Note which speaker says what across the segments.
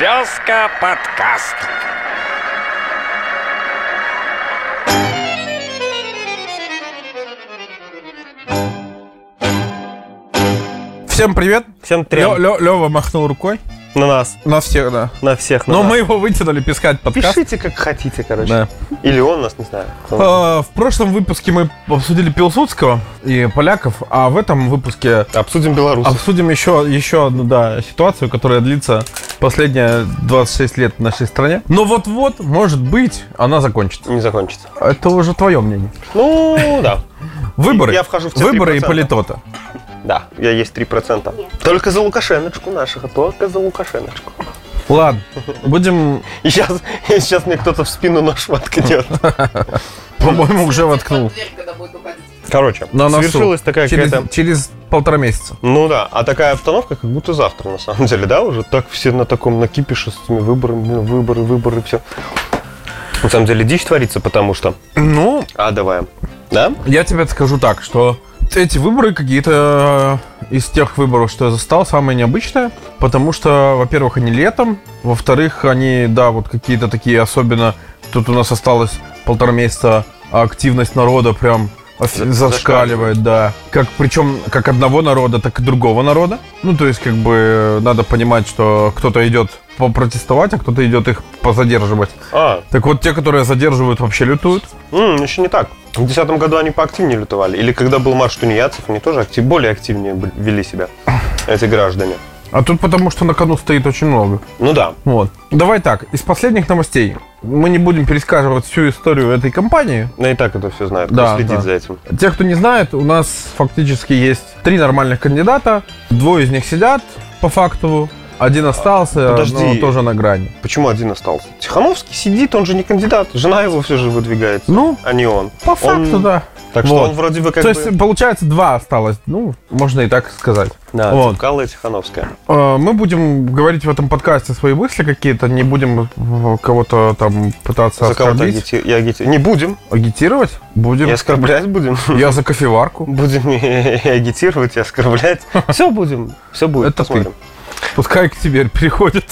Speaker 1: Березка подкаст.
Speaker 2: Всем привет.
Speaker 3: Всем трем.
Speaker 2: Лева махнул рукой.
Speaker 3: На нас,
Speaker 2: Нас всех, Ну да.
Speaker 3: на всех. На
Speaker 2: Но
Speaker 3: нас.
Speaker 2: мы его вытянули пискать подкаст.
Speaker 3: Пишите, как хотите, короче.
Speaker 2: Да.
Speaker 3: Или он нас, не знаю. кто.
Speaker 2: Э, В прошлом выпуске мы обсудили Пилсудского и поляков, а в этом выпуске
Speaker 3: Обсудим белорусов.
Speaker 2: обсудим еще, еще одну да, ситуацию, которая длится последние 26 лет в нашей стране. Но вот-вот, может быть, она закончится.
Speaker 3: Не закончится.
Speaker 2: Это уже твое мнение.
Speaker 3: Ну, да.
Speaker 2: Выборы.
Speaker 3: Я вхожу в те
Speaker 2: Выборы и
Speaker 3: 3%.
Speaker 2: политота.
Speaker 3: Да, я есть 3%. Только за Лукашеночку наших, только за Лукашеночку.
Speaker 2: Ладно, будем,
Speaker 3: И сейчас, сейчас мне кто-то в спину нож воткнет.
Speaker 2: по-моему, уже воткнул.
Speaker 3: Короче,
Speaker 2: На носу.
Speaker 3: свершилась такая
Speaker 2: через,
Speaker 3: какая-то...
Speaker 2: через полтора месяца.
Speaker 3: Ну да, а такая обстановка, как будто завтра, на самом деле, да, уже так все на таком накипише с этими выборами, ну, выборы, выборы, все. На самом деле дичь творится, потому что...
Speaker 2: Ну,
Speaker 3: А, давай. Да?
Speaker 2: Я тебе скажу так, что эти выборы какие-то э, из тех выборов, что я застал, самые необычные, потому что, во-первых, они летом, во-вторых, они, да, вот какие-то такие особенно, тут у нас осталось полтора месяца, а активность народа прям офи-
Speaker 3: За-
Speaker 2: зашкаливает, да. Как причем как одного народа, так и другого народа. Ну, то есть, как бы надо понимать, что кто-то идет попротестовать, а кто-то идет их позадерживать.
Speaker 3: А,
Speaker 2: Так вот, те, которые задерживают, вообще лютуют.
Speaker 3: М, еще не так. В 2010 году они поактивнее лютовали. Или когда был марш тунеядцев, они тоже актив, более активнее б- вели себя, эти граждане.
Speaker 2: А тут потому, что на кону стоит очень много.
Speaker 3: Ну да.
Speaker 2: Вот. Давай так, из последних новостей. Мы не будем пересказывать всю историю этой компании.
Speaker 3: Но и так это все знают, кто
Speaker 2: Да,
Speaker 3: следит
Speaker 2: да.
Speaker 3: за этим.
Speaker 2: Те, кто не знает, у нас фактически есть три нормальных кандидата. Двое из них сидят, по факту. Один остался,
Speaker 3: подожди.
Speaker 2: но тоже на грани.
Speaker 3: Почему один остался? Тихановский сидит, он же не кандидат. Жена его все же выдвигает,
Speaker 2: Ну,
Speaker 3: а не он.
Speaker 2: по факту,
Speaker 3: Он-
Speaker 2: да.
Speaker 3: Так что
Speaker 2: Вот.
Speaker 3: он вроде бы
Speaker 2: То
Speaker 3: как бы...
Speaker 2: есть, э, получается, два осталось. Ну, можно и так сказать.
Speaker 3: Да, типа.
Speaker 2: Вот.
Speaker 3: Цепкало и Тихановская.
Speaker 2: Э, Мы будем говорить в этом подкасте свои мысли какие-то, не будем э, кого-то там пытаться
Speaker 3: За кого-то
Speaker 2: оскорбить,
Speaker 3: агити- и агити- Не будем,
Speaker 2: агитировать. Будем.
Speaker 3: и оскорблять будем.
Speaker 2: Я за кофеварку.
Speaker 3: Будем и агитировать, и оскорблять. Все будем, все будет,
Speaker 2: Это ты.
Speaker 3: посмотрим.
Speaker 2: Пускай к тебе приходит.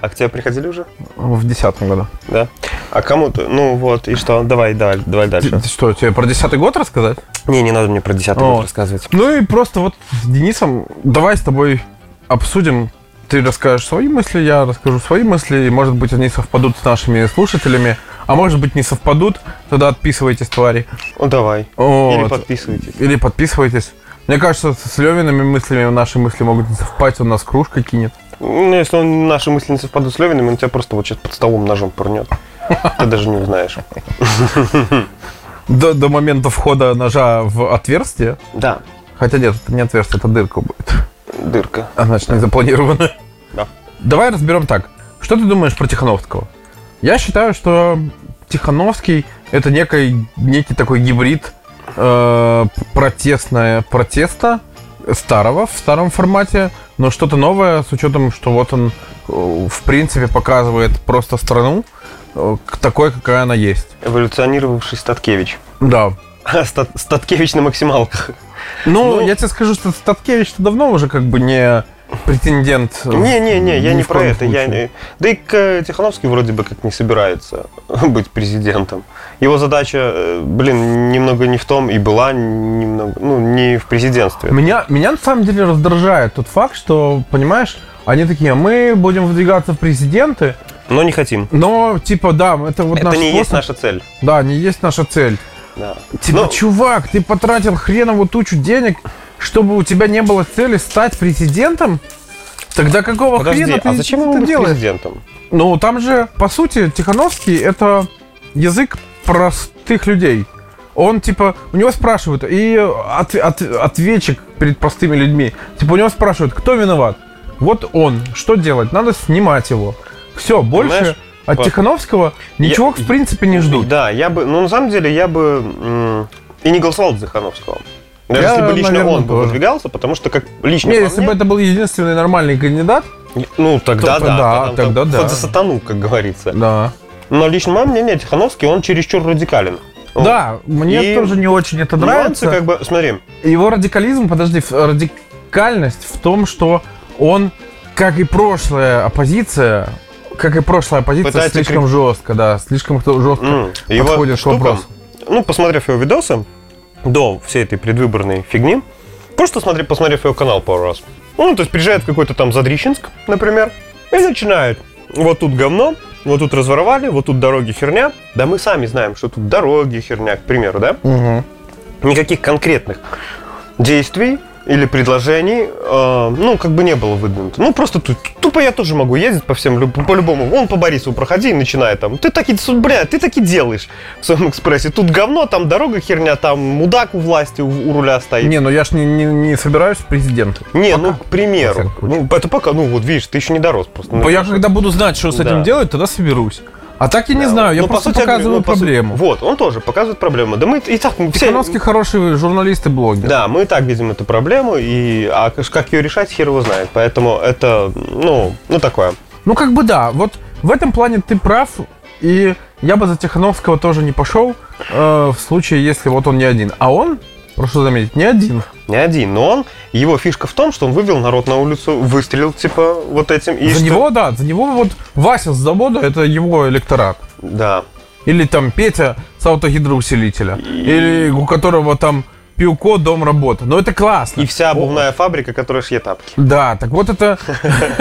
Speaker 3: А к тебе приходили уже?
Speaker 2: В десятом году.
Speaker 3: Да. А кому-то, ну вот, и что? Давай, давай, давай дальше.
Speaker 2: Ты что, тебе про десятый год рассказать?
Speaker 3: Не, не надо мне про 10
Speaker 2: О.
Speaker 3: год рассказывать.
Speaker 2: Ну и просто вот с Денисом давай с тобой обсудим. Ты расскажешь свои мысли, я расскажу свои мысли, и, может быть, они совпадут с нашими слушателями, а может быть, не совпадут, тогда отписывайтесь, твари.
Speaker 3: Ну, давай. Или
Speaker 2: Вот.
Speaker 3: подписывайтесь.
Speaker 2: Или подписывайтесь. Мне кажется, с Левиными мыслями наши мысли могут не совпасть, он нас кружкой кинет.
Speaker 3: Ну, если он наши мысли не совпадут с Левиным, он тебя просто вот сейчас под столом ножом пырнет. Ты даже не узнаешь.
Speaker 2: До, до момента входа ножа в отверстие.
Speaker 3: Да,
Speaker 2: Хотя нет, это не отверстие, это дырка будет.
Speaker 3: дырка.
Speaker 2: А значит, не запланировано.
Speaker 3: Да.
Speaker 2: Давай разберем так. Что ты думаешь про Тихановского? Я считаю, что Тихановский это некий, некий такой гибрид э, протестное протеста старого в старом формате, но что-то новое с учетом, что вот он э, в принципе показывает просто страну э, к- такой, какая она есть.
Speaker 3: Эволюционировавший Статкевич.
Speaker 2: Да.
Speaker 3: А, Стат- Статкевич на максималках.
Speaker 2: Ну,
Speaker 3: Ну-
Speaker 2: я тебе скажу, что Статкевич давно уже как бы не претендент. э,
Speaker 3: Не-не-не, я
Speaker 2: ни
Speaker 3: не
Speaker 2: в
Speaker 3: про
Speaker 2: коем
Speaker 3: это. Я...
Speaker 2: случае.
Speaker 3: не- Да и к- э, Тихановский вроде бы как не собирается быть президентом. Его задача, э, блин, немного не в том и была немного, ну, не в президентстве.
Speaker 2: Меня, меня на самом деле раздражает тот факт, что, понимаешь, они такие, мы будем выдвигаться в президенты,
Speaker 3: Но не хотим.
Speaker 2: но, типа, да, это вот
Speaker 3: Это
Speaker 2: наш
Speaker 3: не есть
Speaker 2: способ.
Speaker 3: наша цель.
Speaker 2: Да, не есть наша цель.
Speaker 3: Да.
Speaker 2: Типа,
Speaker 3: Ну,
Speaker 2: чувак, ты потратил хреновую тучу денег, чтобы у тебя не было цели стать президентом? Тогда какого
Speaker 3: подожди,
Speaker 2: хрена ты
Speaker 3: а зачем
Speaker 2: это
Speaker 3: ему быть
Speaker 2: делаешь?
Speaker 3: президентом?
Speaker 2: Ну, там же, по сути, Тихановский это язык простых людей. Он, типа, у него спрашивают, и от- от- ответчик перед простыми людьми, типа, у него спрашивают, кто виноват? Вот он, что делать? Надо снимать его. Все, больше
Speaker 3: Понимаешь,
Speaker 2: от
Speaker 3: вот
Speaker 2: Тихановского ничего, в принципе, не ждут.
Speaker 3: Да, я бы, ну, на самом деле, я бы м, и не голосовал за Тихановского. Даже
Speaker 2: Я,
Speaker 3: если бы лично
Speaker 2: наверное,
Speaker 3: он бы
Speaker 2: тоже.
Speaker 3: выдвигался, потому что как лично
Speaker 2: Не,
Speaker 3: по
Speaker 2: если
Speaker 3: мне-
Speaker 2: бы это был единственный нормальный кандидат,
Speaker 3: Ну, тогда
Speaker 2: Кто-то
Speaker 3: да.
Speaker 2: да,
Speaker 3: потому-
Speaker 2: тогда
Speaker 3: там-
Speaker 2: да.
Speaker 3: вот за сатану, как говорится.
Speaker 2: да.
Speaker 3: Но лично мое мнение, Тихановский, он чересчур радикален.
Speaker 2: Да, мне
Speaker 3: И
Speaker 2: тоже не очень это
Speaker 3: Он-
Speaker 2: нравится.
Speaker 3: Нюансы, как бы, смотри,
Speaker 2: Его радикализм, подожди, ф- радикальность в том, что он, как и прошлая оппозиция, как и прошлая оппозиция,
Speaker 3: Пытается
Speaker 2: слишком жестко, да, слишком кто- жестко
Speaker 3: М,
Speaker 2: подходишь к
Speaker 3: штука,
Speaker 2: вопросу.
Speaker 3: Ну, посмотрев его видосы до всей этой предвыборной фигни, просто смотри, посмотрев его канал пару раз. Ну, то есть приезжает в какой-то там Задрищенск, например, и начинает. Вот тут говно, вот тут разворовали, вот тут дороги херня. Да мы сами знаем, что тут дороги херня, к примеру, да?
Speaker 2: Мгм.
Speaker 3: Никаких конкретных действий или предложений, э, ну, как бы не было выдвинуто. Ну, просто тут тупо я тоже могу ездить по всем, люб- по-любому. Вон по Борису проходи и начинай там. Ты таки, с- бля, ты таки делаешь в своем экспрессе. Тут говно, там дорога херня, там мудак у власти у, у руля стоит.
Speaker 2: Не, ну я ж не, не, не собираюсь в президенты.
Speaker 3: Не, ну, к
Speaker 2: Во
Speaker 3: примеру.
Speaker 2: всяком случае.
Speaker 3: Ну, это пока, ну, вот видишь, ты еще не дорос просто. Ну,
Speaker 2: Я когда буду знать, что с этим
Speaker 3: Да.
Speaker 2: делать, тогда соберусь. А так я не
Speaker 3: да.
Speaker 2: знаю, я
Speaker 3: Ну, по
Speaker 2: просто
Speaker 3: сути, говорю,
Speaker 2: показываю
Speaker 3: ну, по су-
Speaker 2: проблему.
Speaker 3: Вот, он тоже показывает проблему. Да мы и так... мы все-
Speaker 2: Тихановский хороший журналист и блогер.
Speaker 3: Да, мы и так видим эту проблему, и а к- как ее решать, хер его знает. Поэтому это, ну, ну такое.
Speaker 2: Ну, как бы да, вот в этом плане ты прав, и я бы за Тихановского тоже не пошел, э, в случае, если вот он не один. А он, прошу заметить, не один.
Speaker 3: Не один, но он, его фишка в том, что он вывел народ на улицу, выстрелил, типа, вот этим. И
Speaker 2: за
Speaker 3: что-
Speaker 2: него, да, за него вот Вася с завода, это его электорат.
Speaker 3: Да.
Speaker 2: Или там Петя с автогидроусилителя. Или у которого там пилко, дом, работа. Но это классно.
Speaker 3: И вся обувная фабрика, которая шьет тапки.
Speaker 2: Да, так вот это,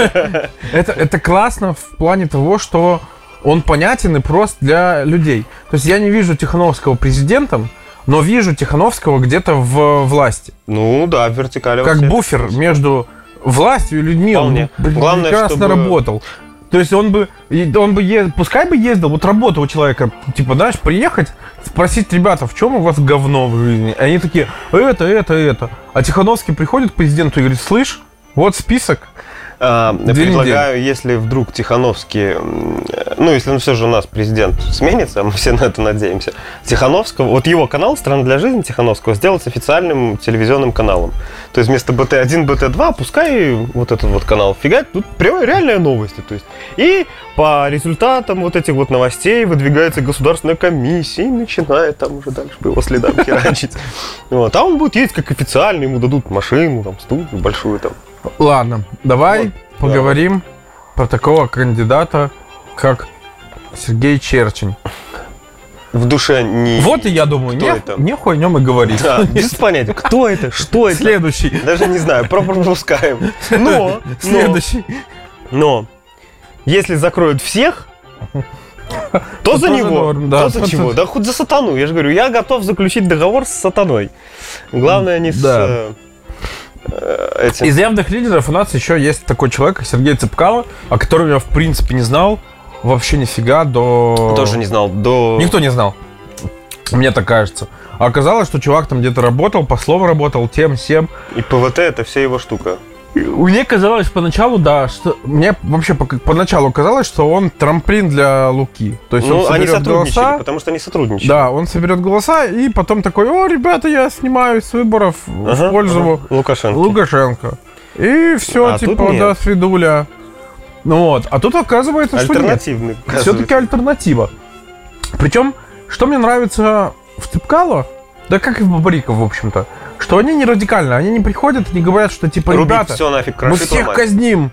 Speaker 2: это, это классно в плане того, что он понятен и прост для людей. То есть я не вижу Тихановского президентом, но вижу Тихановского где-то в власти.
Speaker 3: Ну да, в вертикали.
Speaker 2: Как
Speaker 3: вообще.
Speaker 2: буфер между властью и людьми.
Speaker 3: Вполне.
Speaker 2: Он блин,
Speaker 3: Главное,
Speaker 2: прекрасно
Speaker 3: чтобы-
Speaker 2: работал. То есть он бы, и- он бы е- пускай бы ездил, вот работа у человека, типа, знаешь, приехать, спросить, ребята, в чем у вас говно в жизни? И они такие, это, это, это. А Тихановский приходит к президенту и говорит, слышь, вот список,
Speaker 3: А,
Speaker 2: Две
Speaker 3: предлагаю, если вдруг Тихановский, м, э, ну, если он все же у нас президент сменится, мы все на это надеемся, Тихановского, вот его канал «Страна для жизни» Тихановского сделать официальным телевизионным каналом. То есть вместо БТ-1, БТ-2 пускай вот этот вот канал фигать, тут прям реальные новости. То есть. И по результатам вот этих вот новостей выдвигается государственная комиссия и начинает там уже дальше по его следам херачить. Вот. А он будет ездить как официально, ему дадут машину, там, студию большую там.
Speaker 2: Ладно, давай
Speaker 3: Вот,
Speaker 2: поговорим про такого кандидата, как Сергей Черчень.
Speaker 3: В душе не...
Speaker 2: Вот и я думаю,
Speaker 3: кто
Speaker 2: не,
Speaker 3: это?
Speaker 2: не хуй о нем и говорить.
Speaker 3: Да, без понятия, кто это, что это.
Speaker 2: Следующий.
Speaker 3: Даже не знаю, про- пропускаем. Но, но,
Speaker 2: Следующий.
Speaker 3: но, если закроют всех, то за
Speaker 2: тоже
Speaker 3: него,
Speaker 2: норм, да.
Speaker 3: то за чего, да хоть за сатану. Я же говорю, я готов заключить договор с сатаной. Главное не с
Speaker 2: Да.
Speaker 3: э, э, этим.
Speaker 2: Из явных лидеров у нас еще есть такой человек, как Сергей Цыпкало, о котором я в принципе не знал вообще нифига до...
Speaker 3: Тоже не знал, до...
Speaker 2: Никто не знал. Мне так кажется. А оказалось, что чувак там где-то работал, по слову работал, тем, всем.
Speaker 3: И ПВТ это все его штука.
Speaker 2: Мне казалось поначалу, да, что мне вообще пока- поначалу казалось, что он трамплин для Луки. То есть
Speaker 3: Ну,
Speaker 2: он
Speaker 3: они
Speaker 2: соберет
Speaker 3: сотрудничали,
Speaker 2: голоса,
Speaker 3: потому что они сотрудничали.
Speaker 2: да, он соберет голоса и потом такой, о, ребята, я снимаюсь с выборов
Speaker 3: Ага,
Speaker 2: в пользу
Speaker 3: ага. Лукашенко.
Speaker 2: Лукашенко. И все,
Speaker 3: А тут
Speaker 2: типа,
Speaker 3: нет.
Speaker 2: да, свидуля. Ну вот, а тут оказывается, что нет.
Speaker 3: Альтернативный.
Speaker 2: Все-таки
Speaker 3: оказывается.
Speaker 2: альтернатива. Причем, что мне нравится в Цыпкало, да как и в Бабариков, в общем-то, что они не радикально, они не приходят и не говорят, что типа,
Speaker 3: Рубить
Speaker 2: ребята,
Speaker 3: все нафиг,
Speaker 2: мы
Speaker 3: крошить
Speaker 2: всех
Speaker 3: ломать.
Speaker 2: казним.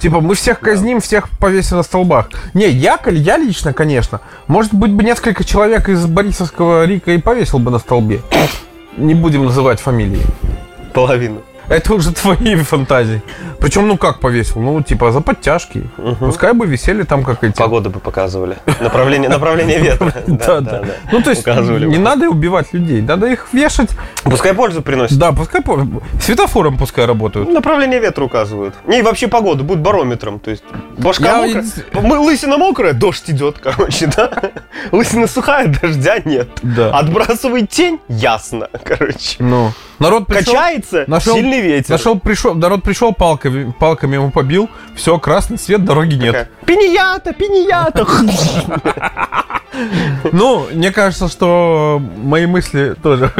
Speaker 2: Типа, мы всех казним, всех повесим на столбах. Не, я, коль- я лично, конечно. Может быть, бы несколько человек из Борисовского Рика и повесил бы на столбе. Не будем называть фамилии.
Speaker 3: Половину.
Speaker 2: Это уже твои фантазии. Причем, ну как повесил? Ну, типа, за подтяжки. Пускай бы висели там как эти.
Speaker 3: Погоду бы показывали. Направление, направление ветра.
Speaker 2: Да, да. Ну, то есть,
Speaker 3: Указывали
Speaker 2: не
Speaker 3: бы.
Speaker 2: надо убивать людей, надо их вешать.
Speaker 3: Пускай пользу приносит.
Speaker 2: Да, пускай по- светофором пускай работают.
Speaker 3: Направление ветра указывают. Не, и вообще погоду будет барометром. То есть
Speaker 2: Я-
Speaker 3: башка мокрая. Мы- Лысина мокрая, дождь идет, короче, да? Лысина сухая, дождя нет.
Speaker 2: Да.
Speaker 3: Отбрасывает тень, ясно, короче.
Speaker 2: Ну, народ пришел,
Speaker 3: Качается,
Speaker 2: нашел-
Speaker 3: сильный ветер.
Speaker 2: нашел, пришел, народ пришел палками, палками ему побил, все, красный свет, дороги нет.
Speaker 3: Такая, Пиньята, пиньята.
Speaker 2: Ну, мне кажется, что мои мысли тоже.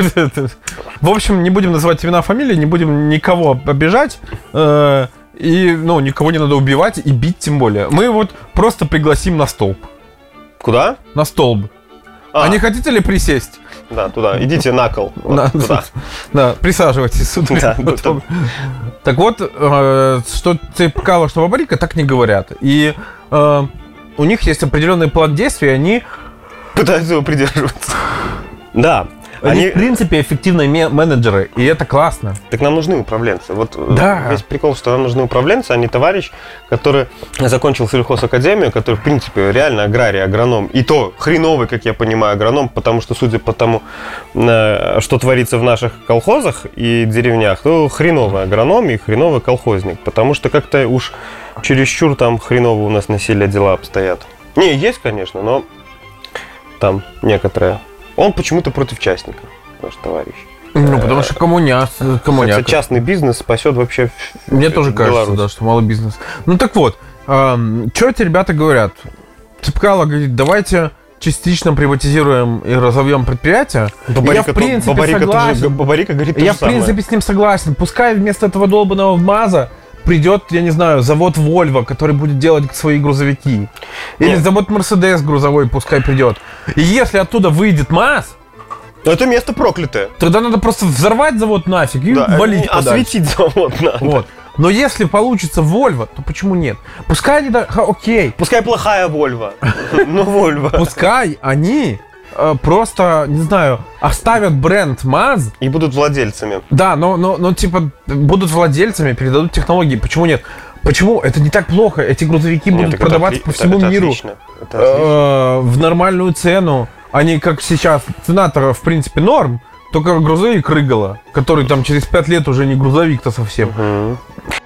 Speaker 2: В общем, не будем называть имена, фамилии, не будем никого обижать. э, И, ну, никого не надо убивать и бить тем более. Мы вот просто пригласим на столб.
Speaker 3: Куда?
Speaker 2: На столб.
Speaker 3: А,
Speaker 2: А не хотите ли присесть?
Speaker 3: Да, туда. Идите на кол. Вот
Speaker 2: Да.
Speaker 3: туда.
Speaker 2: Да, присаживайтесь сюда.
Speaker 3: Да, ну,
Speaker 2: Потом. Так вот, э, что ты пкала, что бабарика, так не говорят. И э, у них есть определенный план действий, и они,
Speaker 3: Пытаются его придерживаться. Да.
Speaker 2: они,
Speaker 3: Они...
Speaker 2: в принципе, эффективные ме- менеджеры, и это классно.
Speaker 3: Так нам нужны управленцы. Вот э,
Speaker 2: Да.
Speaker 3: весь прикол, что нам нужны управленцы, а не товарищ, который закончил сельхозакадемию, который, в принципе, реально аграрий, агроном. И то хреновый, как я понимаю, агроном, потому что, судя по тому, э, что творится в наших колхозах и деревнях, то хреновый агроном и хреновый колхозник. Потому что как-то уж чересчур там хреново у нас на селе дела обстоят. Не, есть, конечно, но там некоторое. Он почему-то против частника, наш товарищ.
Speaker 2: Ну, потому что коммуняк, коммуняк.
Speaker 3: Хотя частный бизнес спасет вообще в-
Speaker 2: Мне тоже кажется,
Speaker 3: Беларусь.
Speaker 2: да, что малый бизнес. Ну так вот, что эти ребята говорят? Цепкало говорит, давайте частично приватизируем и разовьем предприятие. я
Speaker 3: Бабарика
Speaker 2: в
Speaker 3: то-
Speaker 2: принципе
Speaker 3: Бабарика тоже-
Speaker 2: согласен.
Speaker 3: Бабарика говорит то
Speaker 2: Я,
Speaker 3: же
Speaker 2: в принципе, с ним согласен. Пускай вместо этого долбанного МАЗа придет, я не знаю, завод Volvo, который будет делать свои грузовики. Или
Speaker 3: Нет.
Speaker 2: завод Mercedes грузовой пускай придет. И если оттуда выйдет МАЗ,
Speaker 3: самое. Но это место проклятое.
Speaker 2: тогда надо просто взорвать завод нафиг и
Speaker 3: Да,
Speaker 2: валить
Speaker 3: э,
Speaker 2: подальше.
Speaker 3: Осветить завод надо.
Speaker 2: Вот. Но если получится Volvo, то почему нет? Пускай они... да- ха, Окей.
Speaker 3: Пускай плохая Вольва, но Вольва.
Speaker 2: Пускай они э, просто, не знаю, оставят бренд МАЗ,
Speaker 3: И будут владельцами.
Speaker 2: да, но, но, но типа будут владельцами, передадут технологии. Почему нет? Почему? Это не так плохо. Эти грузовики
Speaker 3: Нет,
Speaker 2: будут
Speaker 3: так это
Speaker 2: продаваться
Speaker 3: отли-
Speaker 2: по
Speaker 3: это-
Speaker 2: всему
Speaker 3: это
Speaker 2: миру
Speaker 3: отлично, это отлично.
Speaker 2: э, в нормальную цену. Они как сейчас, цена-то в принципе норм, только грузовик Рыгала, который там через 5 лет уже не грузовик-то совсем.
Speaker 3: Мгм.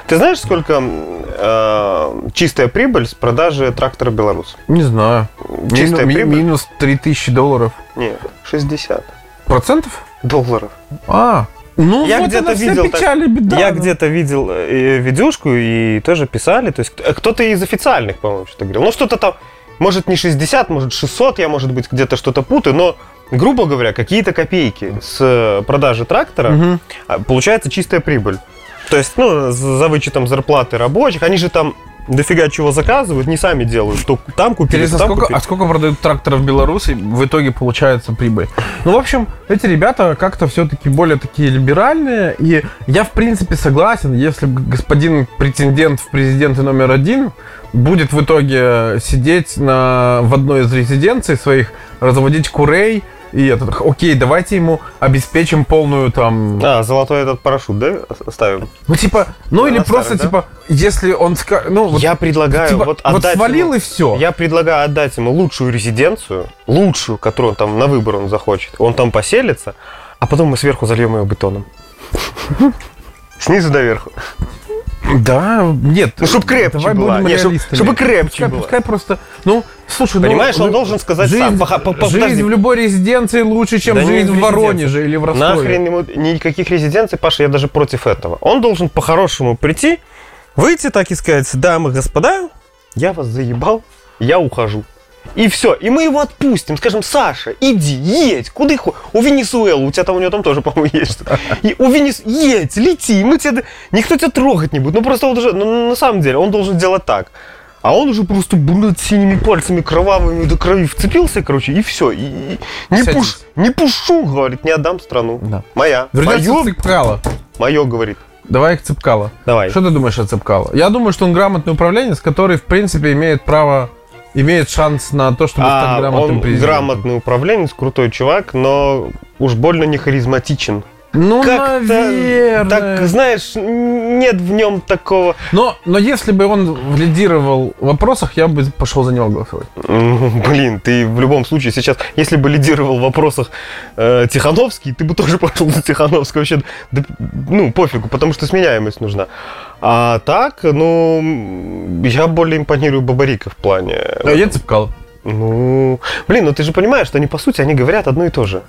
Speaker 3: Ты знаешь, сколько м, э, чистая прибыль с продажи трактора «Беларусь»?
Speaker 2: Не знаю.
Speaker 3: Чистая
Speaker 2: Мину- ми-
Speaker 3: прибыль?
Speaker 2: минус 3000 долларов.
Speaker 3: Нет, 60
Speaker 2: Процентов?
Speaker 3: долларов.
Speaker 2: А, ну
Speaker 3: Я
Speaker 2: вот
Speaker 3: где-то
Speaker 2: она вся
Speaker 3: видел так-
Speaker 2: печаль и беда.
Speaker 3: Я
Speaker 2: да. ну.
Speaker 3: где-то видел э, видюшку и тоже писали. То есть э, кто-то из официальных, по-моему, что-то говорил. Ну, что-то там, может, не 60, может, 600, я, может быть, где-то что-то путаю, но, грубо говоря, какие-то копейки с э, продажи трактора
Speaker 2: Мгм.
Speaker 3: а, получается чистая прибыль. То есть, ну, за за вычетом зарплаты рабочих, они же там дофига чего заказывают, не сами делают. То там купили,
Speaker 2: Интересно,
Speaker 3: то там
Speaker 2: сколько-
Speaker 3: купили.
Speaker 2: а сколько продают тракторов в Беларуси, в итоге получается прибыль? Ну, в общем, эти ребята как-то все-таки более такие либеральные, и я, в принципе, согласен, если г- господин претендент в президенты номер один будет в итоге сидеть на, в одной из резиденций своих, разводить курей, и этот, х- окей, давайте ему обеспечим полную там...
Speaker 3: А, золотой этот парашют, да, оставим?
Speaker 2: Ну, типа, ну или
Speaker 3: на
Speaker 2: просто,
Speaker 3: старый, да?
Speaker 2: типа, если он... ска- Ну, вот,
Speaker 3: я предлагаю
Speaker 2: типа,
Speaker 3: вот отдать ему-
Speaker 2: свалил и все.
Speaker 3: Я предлагаю отдать ему лучшую резиденцию, лучшую, которую он там на выбор он захочет. Он там поселится, а потом мы сверху зальем ее бетоном. Снизу до верху.
Speaker 2: Да, нет.
Speaker 3: Ну, чтоб крепче
Speaker 2: Давай
Speaker 3: была.
Speaker 2: будем
Speaker 3: Не, чтоб-
Speaker 2: реалистами.
Speaker 3: чтобы крепче
Speaker 2: пускай,
Speaker 3: была.
Speaker 2: пускай просто... Ну, слушай, ну,
Speaker 3: Понимаешь, он
Speaker 2: ну,
Speaker 3: должен сказать
Speaker 2: жизнь,
Speaker 3: сам. Поха- по- по-
Speaker 2: жизнь
Speaker 3: подожди.
Speaker 2: в любой резиденции лучше, чем
Speaker 3: Да не
Speaker 2: жизнь
Speaker 3: в
Speaker 2: в Воронеже или в Ростове.
Speaker 3: Нахрен ему никаких резиденций, Паша, я даже против этого. Он должен по-хорошему прийти, выйти, так и сказать, дамы, господа, я вас заебал, я ухожу. И все, и мы его отпустим, скажем, Саша, иди, едь, куда их... У Венесуэлы, у тебя там, у него там тоже, по-моему, есть что-то. И у Венес... Едь, лети, мы тебя... д- Никто тебя трогать не будет. Ну, просто он уже... Ну, на самом деле, он должен делать так. А он уже просто, блядь, синими пальцами кровавыми до крови вцепился, короче, и все. И, и- не,
Speaker 2: Сядь.
Speaker 3: пуш, не пушу, говорит, не отдам страну.
Speaker 2: Да.
Speaker 3: Моя.
Speaker 2: Вернемся
Speaker 3: мое,
Speaker 2: к Цепкало.
Speaker 3: мое, говорит.
Speaker 2: Давай к Цепкало.
Speaker 3: Давай.
Speaker 2: Что ты думаешь о Цепкало? Я думаю, что он грамотный управленец, который, в принципе, имеет право... Имеет шанс на то, чтобы стать
Speaker 3: А,
Speaker 2: грамотным
Speaker 3: он
Speaker 2: президентом.
Speaker 3: грамотный управленец, крутой чувак, но уж больно не харизматичен.
Speaker 2: Ну,
Speaker 3: Как-то
Speaker 2: наверное.
Speaker 3: Так, знаешь, нет в нем такого...
Speaker 2: Но, но если бы он лидировал в вопросах, я бы пошел за него голосовать.
Speaker 3: М, Блин, ты в любом случае сейчас, если бы лидировал в вопросах э, Тихановский, ты бы тоже пошел за Тихановского вообще. да, ну, пофигу, потому что сменяемость нужна. А так, ну, м, я более импонирую Бабарика в плане...
Speaker 2: Да, я Цепкало.
Speaker 3: Ну, блин, ну ты же понимаешь, что они, по сути, они говорят одно и то же.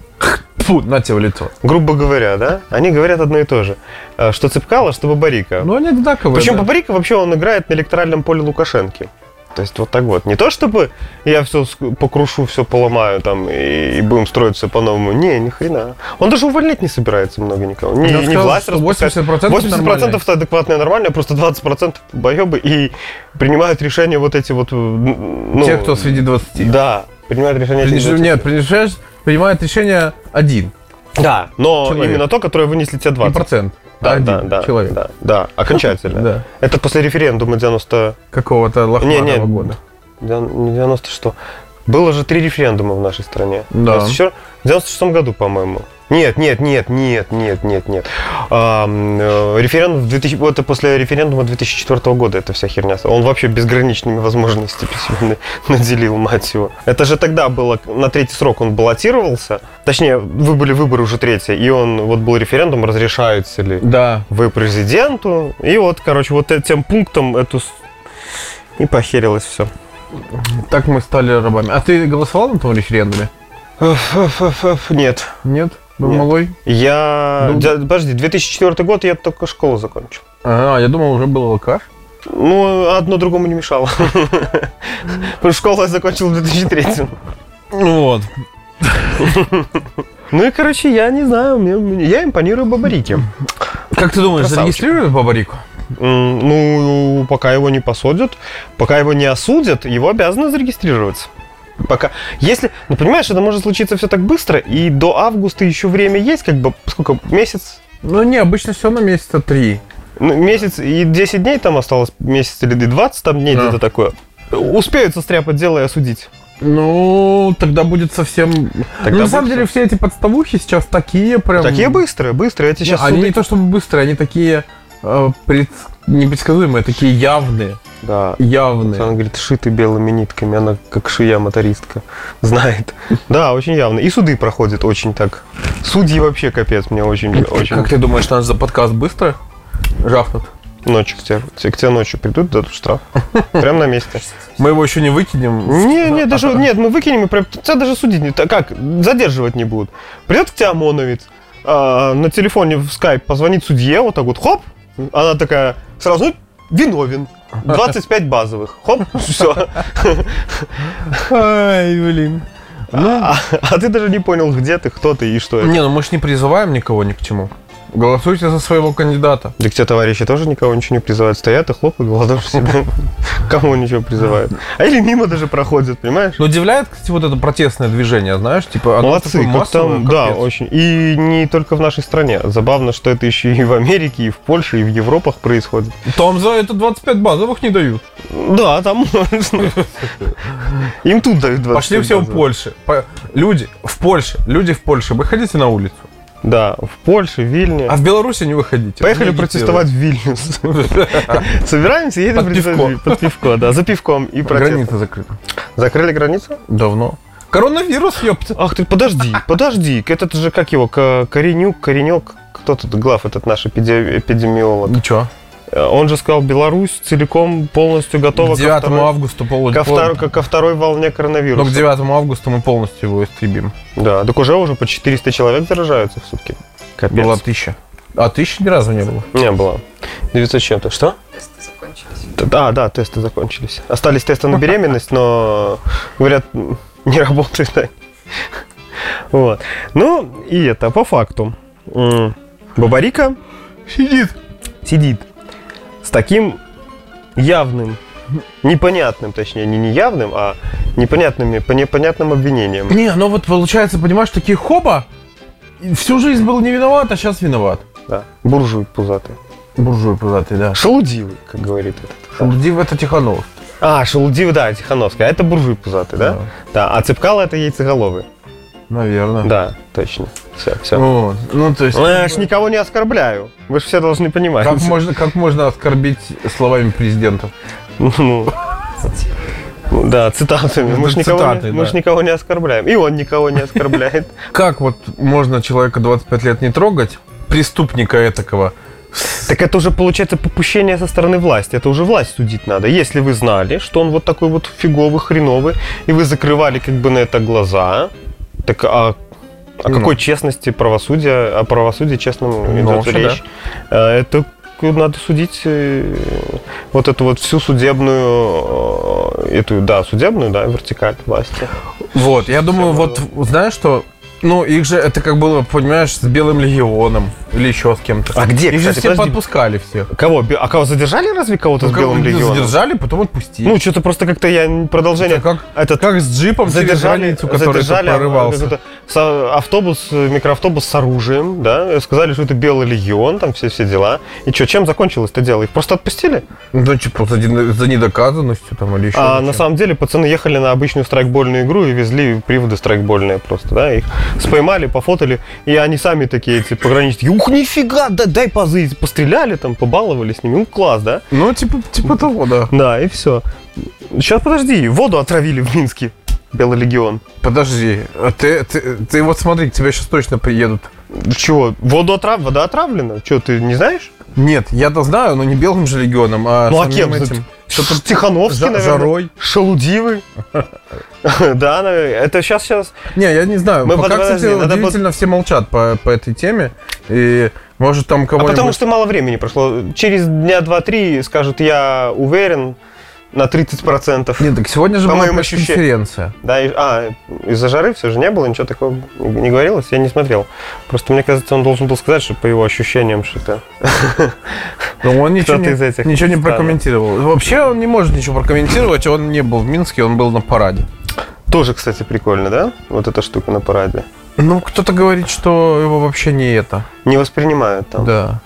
Speaker 2: Фу, на тебе в лицо.
Speaker 3: грубо говоря, да, они говорят одно и то же. Э, Что Цепкало, что Бабарика.
Speaker 2: Ну, они одинаковые.
Speaker 3: Причем
Speaker 2: да.
Speaker 3: Бабарика вообще он играет на электоральном поле Лукашенки. То есть вот так вот. Не то, чтобы я все ск- покрушу, все поломаю там и, и будем строить все по-новому. Не, ни хрена. Он даже увольнять не собирается много никого. Не,
Speaker 2: Я
Speaker 3: не
Speaker 2: сказал,
Speaker 3: власть
Speaker 2: что
Speaker 3: распускать.
Speaker 2: 80%
Speaker 3: 80% это адекватное, нормальное, а просто 20% боебы и принимают решения вот эти вот... м, Ну,
Speaker 2: Те, кто среди 20.
Speaker 3: Да, принимают решения...
Speaker 2: Приниж-
Speaker 3: эти вот-
Speaker 2: Нет, принижаешь- принимает решение один.
Speaker 3: Да, но
Speaker 2: Человек.
Speaker 3: именно то, которое вынесли те 20.
Speaker 2: И процент.
Speaker 3: Да,
Speaker 2: один
Speaker 3: да, да,
Speaker 2: человек.
Speaker 3: да, да, окончательно.
Speaker 2: Да.
Speaker 3: Это после референдума 90...
Speaker 2: Какого-то
Speaker 3: Не,
Speaker 2: лохматого
Speaker 3: не,
Speaker 2: года.
Speaker 3: Девян- не 90 что. Было же три референдума в нашей стране.
Speaker 2: Да.
Speaker 3: 94 в 96 году, по-моему. Нет, нет, нет, нет, нет, нет, нет. А, м, э, референдум в 2000, вот это после референдума 2004 года эта вся херня. стала. Он вообще безграничными возможностями себе на- наделил, мать его. Это же тогда было, на третий срок он баллотировался. Точнее, вы были выборы уже третьи, и он, вот был референдум, разрешаются ли
Speaker 2: Да.
Speaker 3: вы президенту. И вот, короче, вот этим пунктом эту... с- И похерилось все.
Speaker 2: Так мы стали рабами. А ты голосовал на том референдуме?
Speaker 3: Нет.
Speaker 2: Нет? Был
Speaker 3: Нет.
Speaker 2: малой?
Speaker 3: Я...
Speaker 2: Ну-
Speaker 3: Дя- Подожди, 2004 год я только школу закончил.
Speaker 2: А, я думал, уже был алкаш.
Speaker 3: Ну, одно другому не мешало. Потому что Школу я закончил в 2003.
Speaker 2: Вот.
Speaker 3: Ну и, короче, я не знаю, мне- мне- я импонирую Бабарике.
Speaker 2: Как ты думаешь,
Speaker 3: Красавчик.
Speaker 2: зарегистрировали Бабарику?
Speaker 3: М, Ну, пока его не посадят, пока его не осудят, его обязаны зарегистрироваться. Пока. Если, ну понимаешь, это может случиться все так быстро, и до августа еще время есть, как бы, сколько, месяц?
Speaker 2: Ну не, обычно все на месяца три.
Speaker 3: Ну, месяц и 10 дней там осталось, месяц или 20 там дней,
Speaker 2: Да.
Speaker 3: где-то такое. Успеют состряпать дело и осудить.
Speaker 2: Ну, тогда будет совсем...
Speaker 3: Тогда
Speaker 2: ну, на
Speaker 3: будет
Speaker 2: самом деле,
Speaker 3: всё.
Speaker 2: все эти подставухи сейчас такие прям...
Speaker 3: Такие быстрые, быстрые, эти
Speaker 2: Не,
Speaker 3: сейчас
Speaker 2: они не то чтобы быстрые, они такие э, пред- непредсказуемые, такие явные.
Speaker 3: Да. Она
Speaker 2: Явные.
Speaker 3: говорит, шиты белыми нитками, она как шия мотористка знает. Да, очень явно. И суды проходят очень так. Судьи вообще капец, мне очень, очень.
Speaker 2: Э, Как ты думаешь, наш за подкаст быстро жахнут?
Speaker 3: Ночью к тебе, к те- к тебе ночью придут, дадут штраф. Прям на месте.
Speaker 2: Мы его еще не выкинем. а
Speaker 3: Не, не, даже, нет, мы выкинем и прям, тебя даже судить не, так как, задерживать не будут. Придет к тебе ОМОНовец, а, на телефоне в скайп позвонит судье, вот так вот, хоп, она такая, сразу, ну, виновен. 25 базовых. Хоп, все.
Speaker 2: Ай, блин.
Speaker 3: А, а ты даже не понял, где ты, кто ты и что это.
Speaker 2: Не, ну мы ж не призываем никого ни к чему. Голосуйте за своего кандидата.
Speaker 3: Так те товарищи тоже никого ничего не призывают. Стоят и хлопают голодом себе. Кому ничего призывают. А или мимо даже проходят, понимаешь?
Speaker 2: Но Ну, удивляет, кстати, вот это протестное движение, знаешь, типа оно
Speaker 3: Молодцы,
Speaker 2: такое
Speaker 3: как
Speaker 2: массовое,
Speaker 3: там, да,
Speaker 2: капец.
Speaker 3: очень. И не только в нашей стране. Забавно, что это еще и в Америке, и в Польше, и в Европах происходит.
Speaker 2: Там за это 25 базовых не дают.
Speaker 3: Да, там можно. Им тут дают 20
Speaker 2: Пошли все в
Speaker 3: базовых.
Speaker 2: Польше. По- Люди в Польше, люди в Польше, выходите на улицу.
Speaker 3: Да, в Польше, в Вильне.
Speaker 2: А в Беларуси не выходите.
Speaker 3: Поехали
Speaker 2: Не
Speaker 3: протестовать в Вильнюс. Собираемся, едем
Speaker 2: Под
Speaker 3: протестовать.
Speaker 2: пивко.
Speaker 3: Под пивко, да, за пивком и протест.
Speaker 2: Граница закрыта.
Speaker 3: Закрыли границу?
Speaker 2: Давно. Коронавирус, ёпта.
Speaker 3: Ах ты, подожди, подожди, этот же, как его, Ко- Коренюк, Коренек, кто тут глав, этот наш эпиде- эпидемиолог?
Speaker 2: Ничего.
Speaker 3: Э, Он же сказал, Беларусь целиком полностью готова
Speaker 2: К 9
Speaker 3: ко второй,
Speaker 2: августа полу...
Speaker 3: ко втор- ко- ко второй волне
Speaker 2: Но к
Speaker 3: коронавируса.
Speaker 2: 9 августа мы полностью его истребим.
Speaker 3: Да, так уже уже по 400 человек заражаются в сутки. Капец.
Speaker 2: Было тысяча. А тысячи ни разу не было.
Speaker 3: Не было. 900 с чем-то. Что?
Speaker 4: Тесты закончились.
Speaker 3: Да, да, тесты закончились. Остались тесты на беременность, но, говорят, м, не работает. да. Вот. Ну, и это по факту. М, Бабарика
Speaker 2: Сидит.
Speaker 3: сидит с таким явным, непонятным, точнее, не неявным, а непонятными, по непонятным обвинениям.
Speaker 2: Не, ну вот получается, понимаешь, такие хоба, и всю жизнь был не виноват, а сейчас виноват.
Speaker 3: Да. Буржуй пузатый.
Speaker 2: Буржуй пузатый, да.
Speaker 3: Шелудивый, как говорит этот.
Speaker 2: Шелудив это Тиханов.
Speaker 3: А, шелудивый, да, Тихановская. А это буржуй пузатый, да? Да.
Speaker 2: Да.
Speaker 3: а цепкало это яйцеголовый.
Speaker 2: Наверное.
Speaker 3: Да, точно. Все, все.
Speaker 2: Вот. Ну, то есть,
Speaker 3: Я ж никого не оскорбляю. Вы же все должны понимать.
Speaker 2: как можно, как можно оскорбить словами президента?
Speaker 3: Ну, ну да, цитатами. Мы ж
Speaker 2: Это
Speaker 3: никого, не-
Speaker 2: цитаты,
Speaker 3: мы ж
Speaker 2: да.
Speaker 3: никого не оскорбляем. И он никого не оскорбляет.
Speaker 2: Как вот можно человека 25 лет не трогать, преступника этакого?
Speaker 3: Так это уже получается попущение со стороны власти. Это уже власть судить надо. Если вы знали, что он вот такой вот фиговый, хреновый, и вы закрывали как бы на это глаза, так а о
Speaker 2: Ну.
Speaker 3: какой честности правосудия, о правосудии честному
Speaker 2: Ну,
Speaker 3: идет
Speaker 2: вообще,
Speaker 3: речь? Э, Это к- надо судить э, вот эту вот всю судебную, э, эту, да, судебную, да, вертикаль власти.
Speaker 2: Вот, я думаю,
Speaker 3: Всё,
Speaker 2: вот знаешь что? Ну, их же, это как было, понимаешь, с Белым Легионом. или еще с кем-то.
Speaker 3: А где,
Speaker 2: Их же
Speaker 3: кстати,
Speaker 2: все
Speaker 3: подожди.
Speaker 2: подпускали всех.
Speaker 3: Кого? Би- А кого задержали разве кого-то
Speaker 2: Ну,
Speaker 3: с Белым легионом?
Speaker 2: Задержали, потом отпустили.
Speaker 3: Ну, что-то просто как-то я продолжение.
Speaker 2: Это как,
Speaker 3: этот
Speaker 2: как с джипом
Speaker 3: задержали,
Speaker 2: задержали, который
Speaker 3: задержали а
Speaker 2: тут прорывался.
Speaker 3: какой-то со- автобус, э, микроавтобус с оружием, да, э, сказали, что это Белый легион, там все, все дела. И что, чем закончилось это дело? Их просто отпустили?
Speaker 2: Ну, типа, за, не- за недоказанностью там или еще.
Speaker 3: а
Speaker 2: зачем.
Speaker 3: на самом деле пацаны ехали на обычную страйкбольную игру и везли приводы страйкбольные просто, да, их споймали, пофотали, и они сами такие, эти пограничники, ух, нифига, да, дай пазы, И постреляли там, побаловали с ними, ну, класс, да?
Speaker 2: Ну, типа, типа того, да.
Speaker 3: Да, и все. Сейчас, подожди, воду отравили в Минске, Белый легион.
Speaker 2: Подожди, а ты, ты, ты вот смотри, к тебе сейчас точно приедут.
Speaker 3: Чего? Воду отрав... Вода отравлена? Че, ты не знаешь?
Speaker 2: Нет, я-то знаю, но не белым же легионом, а
Speaker 3: ну а
Speaker 2: самим
Speaker 3: кем?
Speaker 2: этим.
Speaker 3: Что-то Тихановский,
Speaker 2: Жа-
Speaker 3: наверное.
Speaker 2: Жарой.
Speaker 3: Шалудивы. Да, наверное, это А сейчас, сейчас.
Speaker 2: Не, я не знаю.
Speaker 3: Мы
Speaker 2: Пока,
Speaker 3: под-
Speaker 2: кстати,
Speaker 3: подожди, надо под-
Speaker 2: удивительно все молчат по, по этой теме. И может там
Speaker 3: А
Speaker 2: кого-нибудь...
Speaker 3: потому что мало времени прошло. Через дня два-три скажут, я уверен на 30%.
Speaker 2: Нет, так сегодня же
Speaker 3: По
Speaker 2: была
Speaker 3: моим ощущениям.
Speaker 2: пресс-конференция.
Speaker 3: Да, и- а, из-за жары все же не было, ничего такого не говорилось, я не смотрел. Просто мне кажется, он должен был сказать, что по его ощущениям что-то.
Speaker 2: Но он ничего,
Speaker 3: Кто-то
Speaker 2: не,
Speaker 3: из этих
Speaker 2: ничего не
Speaker 3: встанет.
Speaker 2: прокомментировал. Вообще он не может ничего прокомментировать, он не был в Минске, он был на параде.
Speaker 3: Тоже, кстати, прикольно, да? Вот эта штука на параде.
Speaker 2: Ну, кто-то говорит, что его вообще не это.
Speaker 3: Не воспринимают там.
Speaker 2: Да.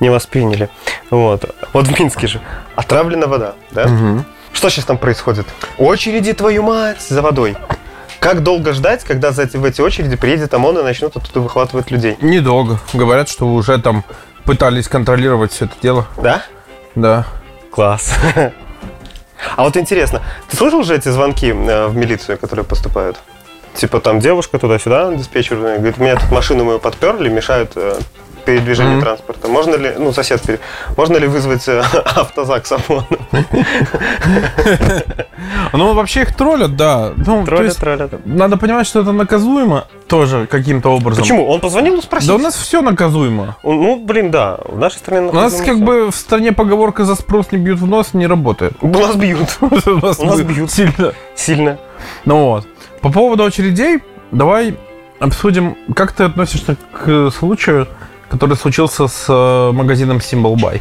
Speaker 3: не восприняли. Вот. Вот в Минске же. Отравлена вода, да?
Speaker 2: Мгм.
Speaker 3: Что сейчас там происходит? Очереди, твою мать, за водой. Как долго ждать, когда за эти, в эти очереди приедет ОМОН и начнут оттуда выхватывать людей?
Speaker 2: Недолго. Говорят, что уже там пытались контролировать все это дело.
Speaker 3: Да?
Speaker 2: Да.
Speaker 3: Класс. А вот интересно, ты слышал же эти звонки э, в милицию, которые поступают? Типа там девушка туда-сюда, диспетчер, э, говорит, меня тут машину мою подперли, мешают э, передвижению
Speaker 2: Мгм.
Speaker 3: транспорта. Можно ли, ну, сосед, пере- можно ли вызвать э, автозак с ОМОНом?
Speaker 2: Ну, вообще их троллят, да. Ну, то
Speaker 3: Троллят,
Speaker 2: есть,
Speaker 3: троллят.
Speaker 2: надо понимать, что это наказуемо тоже каким-то образом.
Speaker 3: Почему? Он позвонил и спросил.
Speaker 2: Да у нас все наказуемо.
Speaker 3: Он- Ну, блин, да. В нашей стране
Speaker 2: У нас как бы в стране поговорка «за спрос не бьют в нос» не работает.
Speaker 3: Нас бьют.
Speaker 2: У нас
Speaker 3: У нас бьют.
Speaker 2: Сильно.
Speaker 3: Сильно.
Speaker 2: Ну вот. По поводу очередей, давай обсудим, как ты относишься к случаю, который случился с э, магазином Symbol Buy.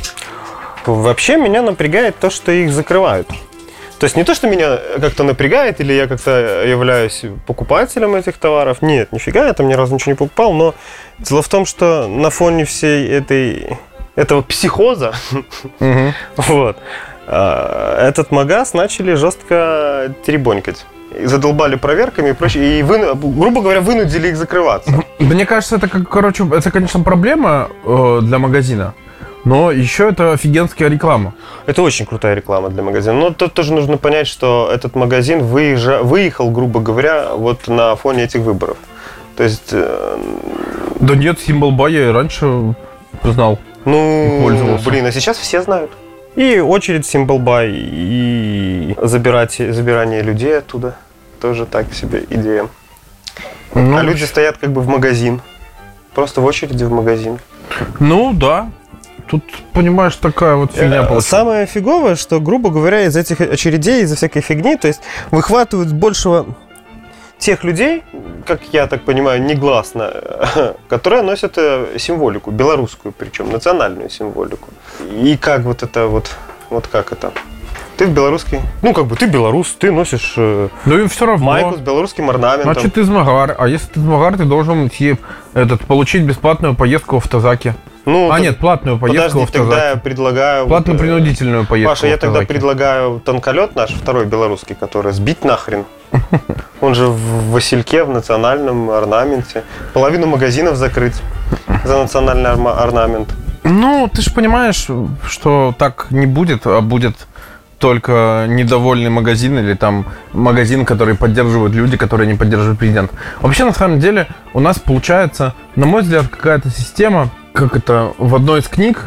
Speaker 3: Вообще меня напрягает то, что их закрывают. То есть не то, что меня как-то напрягает, или я как-то являюсь покупателем этих товаров. Нет, нифига, я там ни разу ничего не покупал, но дело в том, что на фоне всей этой этого психоза, вот, а, этот магаз начали жестко теребонькать. И задолбали проверками и прочее, и, выну- грубо говоря, вынудили их закрываться.
Speaker 2: Мне кажется, это, как, короче, это, конечно, проблема э, для магазина, но еще это офигенская реклама.
Speaker 3: Это очень крутая реклама для магазина. Но тут тоже нужно понять, что этот магазин выезжа- выехал, грубо говоря, вот на фоне этих выборов. То есть, э,
Speaker 2: Да нет, Symbol Buy я и раньше знал. И
Speaker 3: ну,
Speaker 2: пользовался.
Speaker 3: блин, а сейчас все знают. И очередь Симблбай, и забирать, забирание людей оттуда. Тоже так себе идея.
Speaker 2: Ну,
Speaker 3: а люди стоят как бы в магазин. Просто в очереди в магазин.
Speaker 2: ну да. Тут, понимаешь, такая вот фигня
Speaker 3: Э,
Speaker 2: получилась.
Speaker 3: Самое фиговое, что, грубо говоря, из этих очередей, из-за всякой фигни, то есть выхватывают большего тех людей, как я так понимаю, негласно, которые носят э, символику, белорусскую причем, национальную символику. И как вот это вот, вот как это? Ты в белорусский? Ну, как бы ты белорус, ты носишь э,
Speaker 2: Ну и все равно.
Speaker 3: майку с белорусским орнаментом.
Speaker 2: Значит, ты змагар. А если ты змагар, ты должен идти, этот, получить бесплатную поездку в автозаке.
Speaker 3: ну,
Speaker 2: а,
Speaker 3: так
Speaker 2: нет, платную поездку
Speaker 3: подожди,
Speaker 2: в автозаке.
Speaker 3: тогда я предлагаю... вот,
Speaker 2: Платную
Speaker 3: э,
Speaker 2: принудительную поездку
Speaker 3: Паша,
Speaker 2: в
Speaker 3: я тогда
Speaker 2: автозаке.
Speaker 3: предлагаю танколет наш, второй белорусский, который сбить нахрен. Он же в Васильке, в национальном орнаменте. Половину магазинов закрыть за национальный орма- орнамент.
Speaker 2: Ну, ты же понимаешь, что так не будет, а будет только недовольный магазин или там магазин, который поддерживают люди, которые не поддерживают президент. Вообще, на самом деле, у нас получается, на мой взгляд, какая-то система, как это, в одной из книг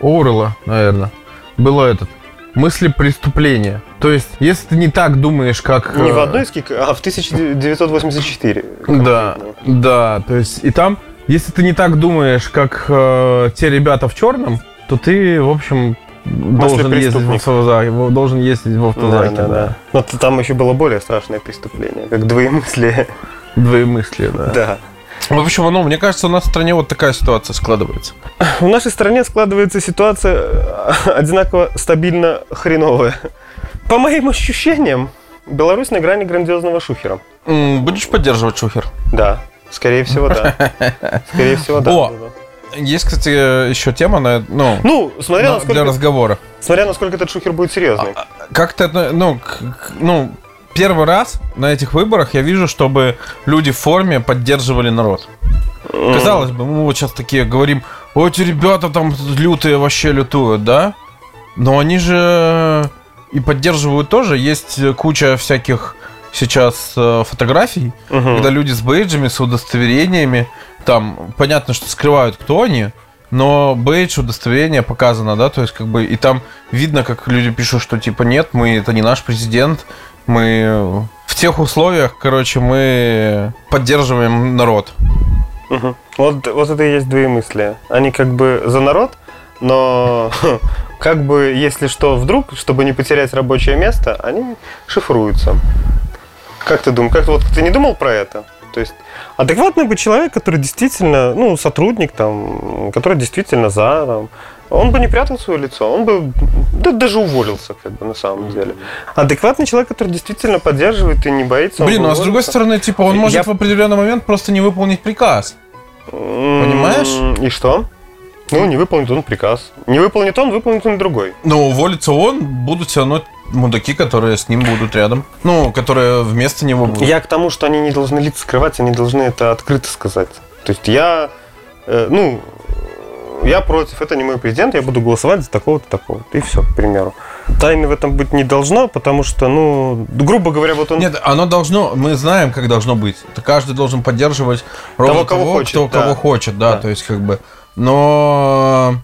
Speaker 2: Оурела, наверное, было этот, мысли преступления. То есть, если ты не так думаешь, как...
Speaker 3: Не в
Speaker 2: э,
Speaker 3: одной из кик, а в 1984.
Speaker 2: да, да, то есть и там, если ты не так думаешь, как э, те ребята в черном, то ты, в общем, должен ездить, в
Speaker 3: преступник.
Speaker 2: автозаке, во- должен ездить в
Speaker 3: Да,
Speaker 2: автозаке,
Speaker 3: да, да. Но т- там еще было более страшное преступление, как двоемыслие.
Speaker 2: Двоемыслие, да.
Speaker 3: Да.
Speaker 2: В общем, ну, мне кажется, у нас в стране вот такая ситуация складывается.
Speaker 3: В нашей стране складывается ситуация э, одинаково стабильно хреновая. По моим ощущениям, Беларусь на грани грандиозного шухера.
Speaker 2: М, Будешь поддерживать шухер?
Speaker 3: Да, скорее всего, да. Скорее всего, да.
Speaker 2: О.
Speaker 3: Да, да.
Speaker 2: Есть, кстати, еще тема на, ну,
Speaker 3: Ну, смотря
Speaker 2: на- для
Speaker 3: насколько,
Speaker 2: разговора.
Speaker 3: смотря насколько этот шухер будет серьезный.
Speaker 2: Как ты, отно- ну, к- к- ну, первый раз на этих выборах я вижу, чтобы люди в форме поддерживали народ. Казалось бы, мы вот сейчас такие говорим, "Ой, эти ребята там лютые вообще лютуют, да? Но они же и поддерживают тоже. Есть э, куча всяких сейчас э, фотографий,
Speaker 3: Мгм.
Speaker 2: когда люди с бейджами, с удостоверениями, там понятно, что скрывают, кто они, но бейдж, удостоверение показано, да, то есть как бы и там видно, как люди пишут, что типа нет, мы это не наш президент, мы в тех условиях, короче, мы поддерживаем народ.
Speaker 3: Мгм. Вот, вот это и есть двоемыслие. Они как бы за народ, но как бы, если что, вдруг, чтобы не потерять рабочее место, они шифруются. Как ты думаешь? Как вот ты не думал про это? То есть адекватный бы человек, который действительно, ну, сотрудник там, который действительно за, там, он бы не прятал свое лицо, он бы да, даже уволился, как бы, на самом деле. Адекватный человек, который действительно поддерживает и не боится. он
Speaker 2: Блин,
Speaker 3: бы
Speaker 2: ну а с другой
Speaker 3: уволился.
Speaker 2: стороны, типа, он
Speaker 3: Я-
Speaker 2: может в определенный момент просто не выполнить приказ.
Speaker 3: М,
Speaker 2: Понимаешь?
Speaker 3: И что? Ну, не выполнит он приказ. Не выполнит он, выполнит он другой.
Speaker 2: Но уволится он, будут все равно мудаки, которые с ним будут рядом. Ну, которые вместо него будут.
Speaker 3: Я к тому, что они не должны лица скрывать, они должны это открыто сказать. То есть я, э, ну, я против, это не мой президент, я буду голосовать за такого-то, такого-то. И все, к примеру. Тайны в этом быть не должно, потому что, ну, грубо говоря, вот он...
Speaker 2: Нет, оно должно, мы знаем, как должно быть. Это каждый должен поддерживать ровно
Speaker 3: Того, кого хочет,
Speaker 2: кто
Speaker 3: да.
Speaker 2: кого хочет, да,
Speaker 3: Да.
Speaker 2: то есть как бы. Но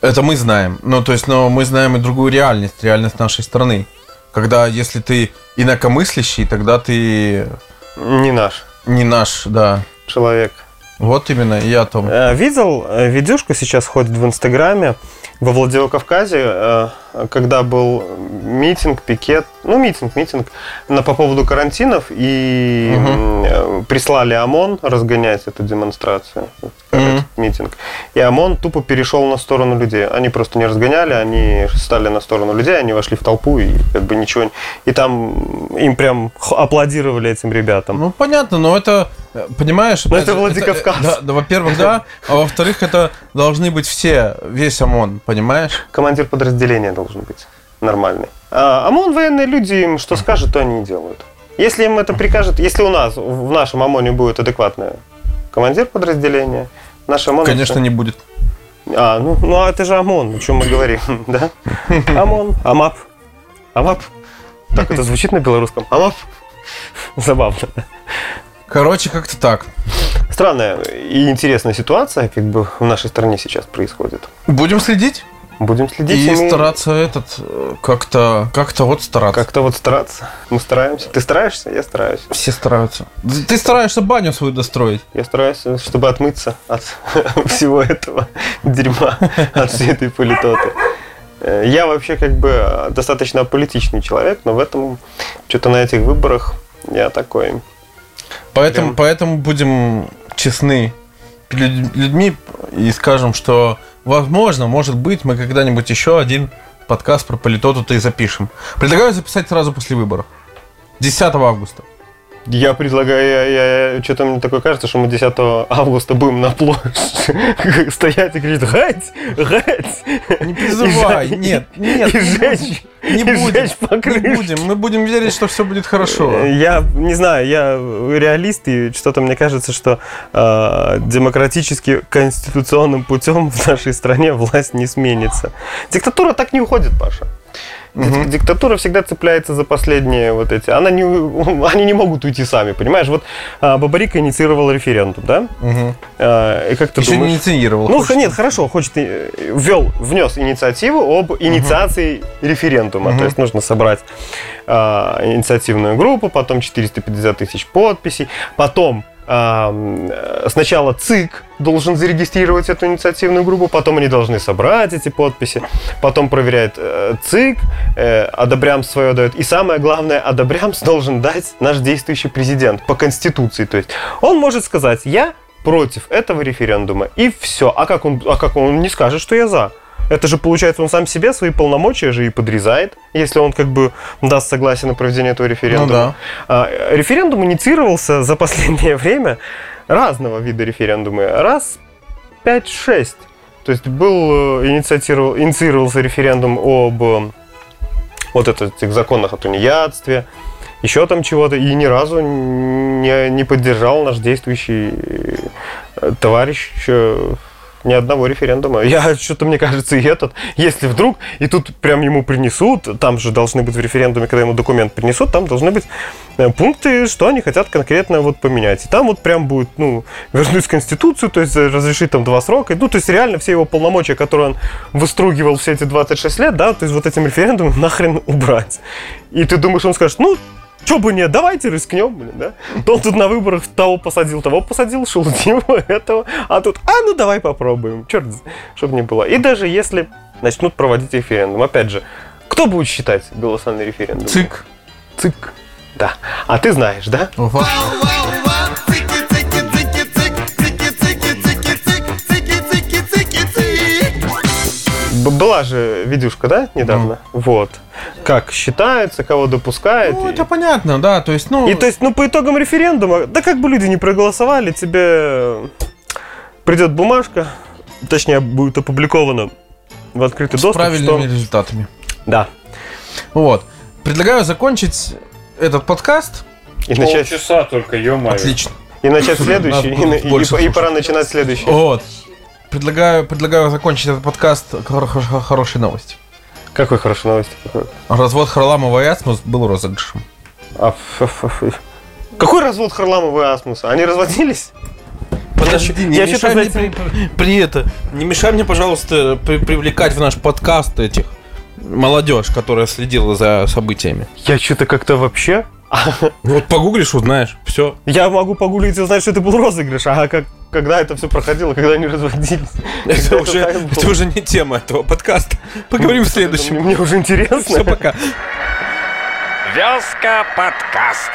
Speaker 2: это мы знаем. Ну, то есть, но мы знаем и другую реальность, реальность нашей страны. Когда, если ты инакомыслящий, тогда ты
Speaker 3: Не наш
Speaker 2: не наш, да.
Speaker 3: человек.
Speaker 2: Вот именно, и я о том.
Speaker 3: Э, Видел э, видюшку сейчас ходит в Инстаграме во Владикавказе, э, когда был митинг, пикет, ну митинг, митинг на по поводу карантинов и
Speaker 2: Мгм.
Speaker 3: м, э, прислали ОМОН разгонять эту демонстрацию, э,
Speaker 2: Мгм.
Speaker 3: этот митинг. И ОМОН тупо перешел на сторону людей. Они просто не разгоняли, они стали на сторону людей, они вошли в толпу и как бы ничего. не- И там им прям х- аплодировали этим ребятам.
Speaker 2: Ну, понятно, но это, э, понимаешь...
Speaker 3: Но
Speaker 2: опять
Speaker 3: Ну, это
Speaker 2: же,
Speaker 3: Владикавказ.
Speaker 2: э, да, да, во-первых, да. А во-вторых, это должны быть все, весь ОМОН, понимаешь?
Speaker 3: Командир подразделения должен быть нормальный. А ОМОН военные люди им что скажут, то они и делают. Если им это прикажет, если у нас в нашем ОМОНе будет адекватный командир подразделения, наш ОМОН...
Speaker 2: Конечно, не будет.
Speaker 3: А, ну, ну а это же ОМОН, о чем мы говорим, да? ОМОН, АМАП. АМАП. Так это звучит на белорусском. АМАП. Забавно.
Speaker 2: Короче, как-то так.
Speaker 3: Странная и интересная ситуация как бы в нашей стране сейчас происходит.
Speaker 2: Будем следить
Speaker 3: Будем следить.
Speaker 2: и
Speaker 3: мы-
Speaker 2: стараться этот э, как-то как-то вот стараться.
Speaker 3: Как-то вот стараться. Мы стараемся. Ты стараешься? Я стараюсь.
Speaker 2: Все стараются. Ты стараешься баню свою достроить.
Speaker 3: Я стараюсь, чтобы отмыться от всего этого дерьма, от всей этой политоты. Э, Я вообще как бы э, достаточно аполитичный человек, но в этом, что-то на этих выборах я такой.
Speaker 2: Поэтому
Speaker 3: Прям.
Speaker 2: поэтому будем честны перед людь- людьми и скажем, что возможно, может быть, мы когда-нибудь еще один подкаст про политоту-то и запишем. Предлагаю записать сразу после выборов. 10 августа.
Speaker 3: Я предлагаю, я, что-то мне такое кажется, что мы 10 августа будем на площадь стоять и кричать «Гать! Гать!»
Speaker 2: Не призывай,
Speaker 3: И жа-
Speaker 2: нет, нет,
Speaker 3: и
Speaker 2: не
Speaker 3: жечь,
Speaker 2: будем, не
Speaker 3: и
Speaker 2: будем,
Speaker 3: жечь покрышки.
Speaker 2: не будем. Мы будем верить, что все будет хорошо.
Speaker 3: Э, Я не знаю, я реалист, и что-то мне кажется, что э, демократически конституционным путем в нашей стране власть не сменится. Диктатура так не уходит, Паша. Дик-
Speaker 2: Мгм.
Speaker 3: Диктатура всегда цепляется за последние вот эти. Она не, у- они не могут уйти сами, понимаешь? Вот э, Бабарика инициировал референдум, да?
Speaker 2: Мгм.
Speaker 3: Э, и как ты
Speaker 2: Еще
Speaker 3: думаешь?
Speaker 2: не инициировал.
Speaker 3: Ну,
Speaker 2: Хочешь?
Speaker 3: нет, хорошо, хочет, э, ввел, внес инициативу об инициации референдума.
Speaker 2: Мгм.
Speaker 3: То есть нужно собрать а, инициативную группу, потом 450 тысяч подписей, потом а, м, э, сначала ЦИК должен зарегистрировать эту инициативную группу, потом они должны собрать эти подписи, потом проверяет э, ЦИК, э, Адобрямс свое дает. И самое главное, Адобрямс должен дать наш действующий президент по Конституции. То есть он может сказать, я против этого референдума, и все. А как он, а как он, он не скажет, что я за? Это же получается, он сам себе свои полномочия же и подрезает, если он как бы даст согласие на проведение этого референдума.
Speaker 2: да.
Speaker 3: А, э, Референдум инициировался за последнее время разного вида референдумы. Раз 5-6. То есть был э, инициатировал, инициировался референдум об э, вот это, этих законах о тунеядстве, еще там чего-то, и ни разу не, не поддержал наш действующий э, товарищ э, ни одного референдума. Я что-то, мне кажется, и этот, если вдруг, и тут прям ему принесут, там же должны быть в референдуме, когда ему документ принесут, там должны быть э, пункты, что они хотят конкретно вот поменять. И там вот прям будет, ну, вернуть Конституцию, то есть э, разрешить там два срока. Ну, то есть реально все его полномочия, которые он выстругивал все эти 26 лет, да, то есть вот этим референдумом нахрен убрать. И ты думаешь, он скажет, ну, Че бы нет, давайте рискнем, блин, да? То он тут на выборах того посадил, того посадил, шелудивого этого, а тут, а ну давай попробуем, черт, чтобы не было. И даже если начнут проводить референдум, опять же, кто будет считать голоса на референдум?
Speaker 2: Цик. Цик.
Speaker 3: Да. А ты знаешь, да?
Speaker 2: Опа.
Speaker 3: Б- была же видюшка, да, недавно? Вот. Как считается, кого допускает.
Speaker 2: Ну,
Speaker 3: и-
Speaker 2: это понятно, да, то есть, ну...
Speaker 3: И то есть, ну, по итогам референдума, да как бы люди не проголосовали, тебе придет бумажка, точнее, будет опубликована в открытый
Speaker 2: с
Speaker 3: доступ.
Speaker 2: правильными
Speaker 3: что-
Speaker 2: результатами.
Speaker 3: Да.
Speaker 2: Вот. Предлагаю закончить этот подкаст.
Speaker 3: И начать,
Speaker 1: Полчаса только, ё-моё.
Speaker 2: Отлично.
Speaker 3: и начать следующий,
Speaker 2: Надо будет
Speaker 3: и, и-
Speaker 2: больше
Speaker 3: и
Speaker 2: слушать.
Speaker 3: пора начинать следующий.
Speaker 2: Вот. Предлагаю, предлагаю закончить этот подкаст хор- хор- хор- хорошей новостью.
Speaker 3: Какой хорошая новость.
Speaker 2: Развод Харламова и Асмус был розыгрышем.
Speaker 3: А, ф- ф- ф- Какой развод Харламова и Асмуса? Они разводились?
Speaker 4: Подожди,
Speaker 2: Подожди, не
Speaker 4: я
Speaker 2: мешай
Speaker 4: что-то,
Speaker 2: мне
Speaker 4: знаете, при, при это, не мешай мне, пожалуйста, при- привлекать в наш подкаст этих молодежь, которая следила за событиями.
Speaker 3: Я что-то как-то вообще...
Speaker 4: Вот погуглишь, узнаешь, все.
Speaker 3: Я могу погуглить и узнать, что это был розыгрыш, а как, когда это все проходило, когда они разводились.
Speaker 4: Это
Speaker 3: Это
Speaker 4: уже,
Speaker 3: так было.
Speaker 4: это уже не тема этого подкаста. Поговорим в следующем.
Speaker 3: Мне уже интересно.
Speaker 4: Все, пока.
Speaker 1: Вязка подкаст.